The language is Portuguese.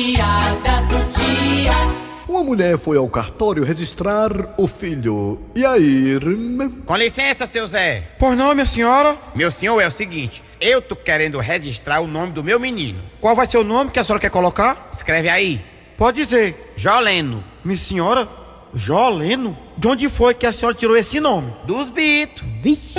piada do dia. Uma mulher foi ao cartório registrar o filho Yair. Com licença, seu Zé. Pois não, minha senhora? Meu senhor, é o seguinte: eu tô querendo registrar o nome do meu menino. Qual vai ser o nome que a senhora quer colocar? Escreve aí, Pode dizer. Joleno, Minha senhora? Joleno? De onde foi que a senhora tirou esse nome? dos Bitos.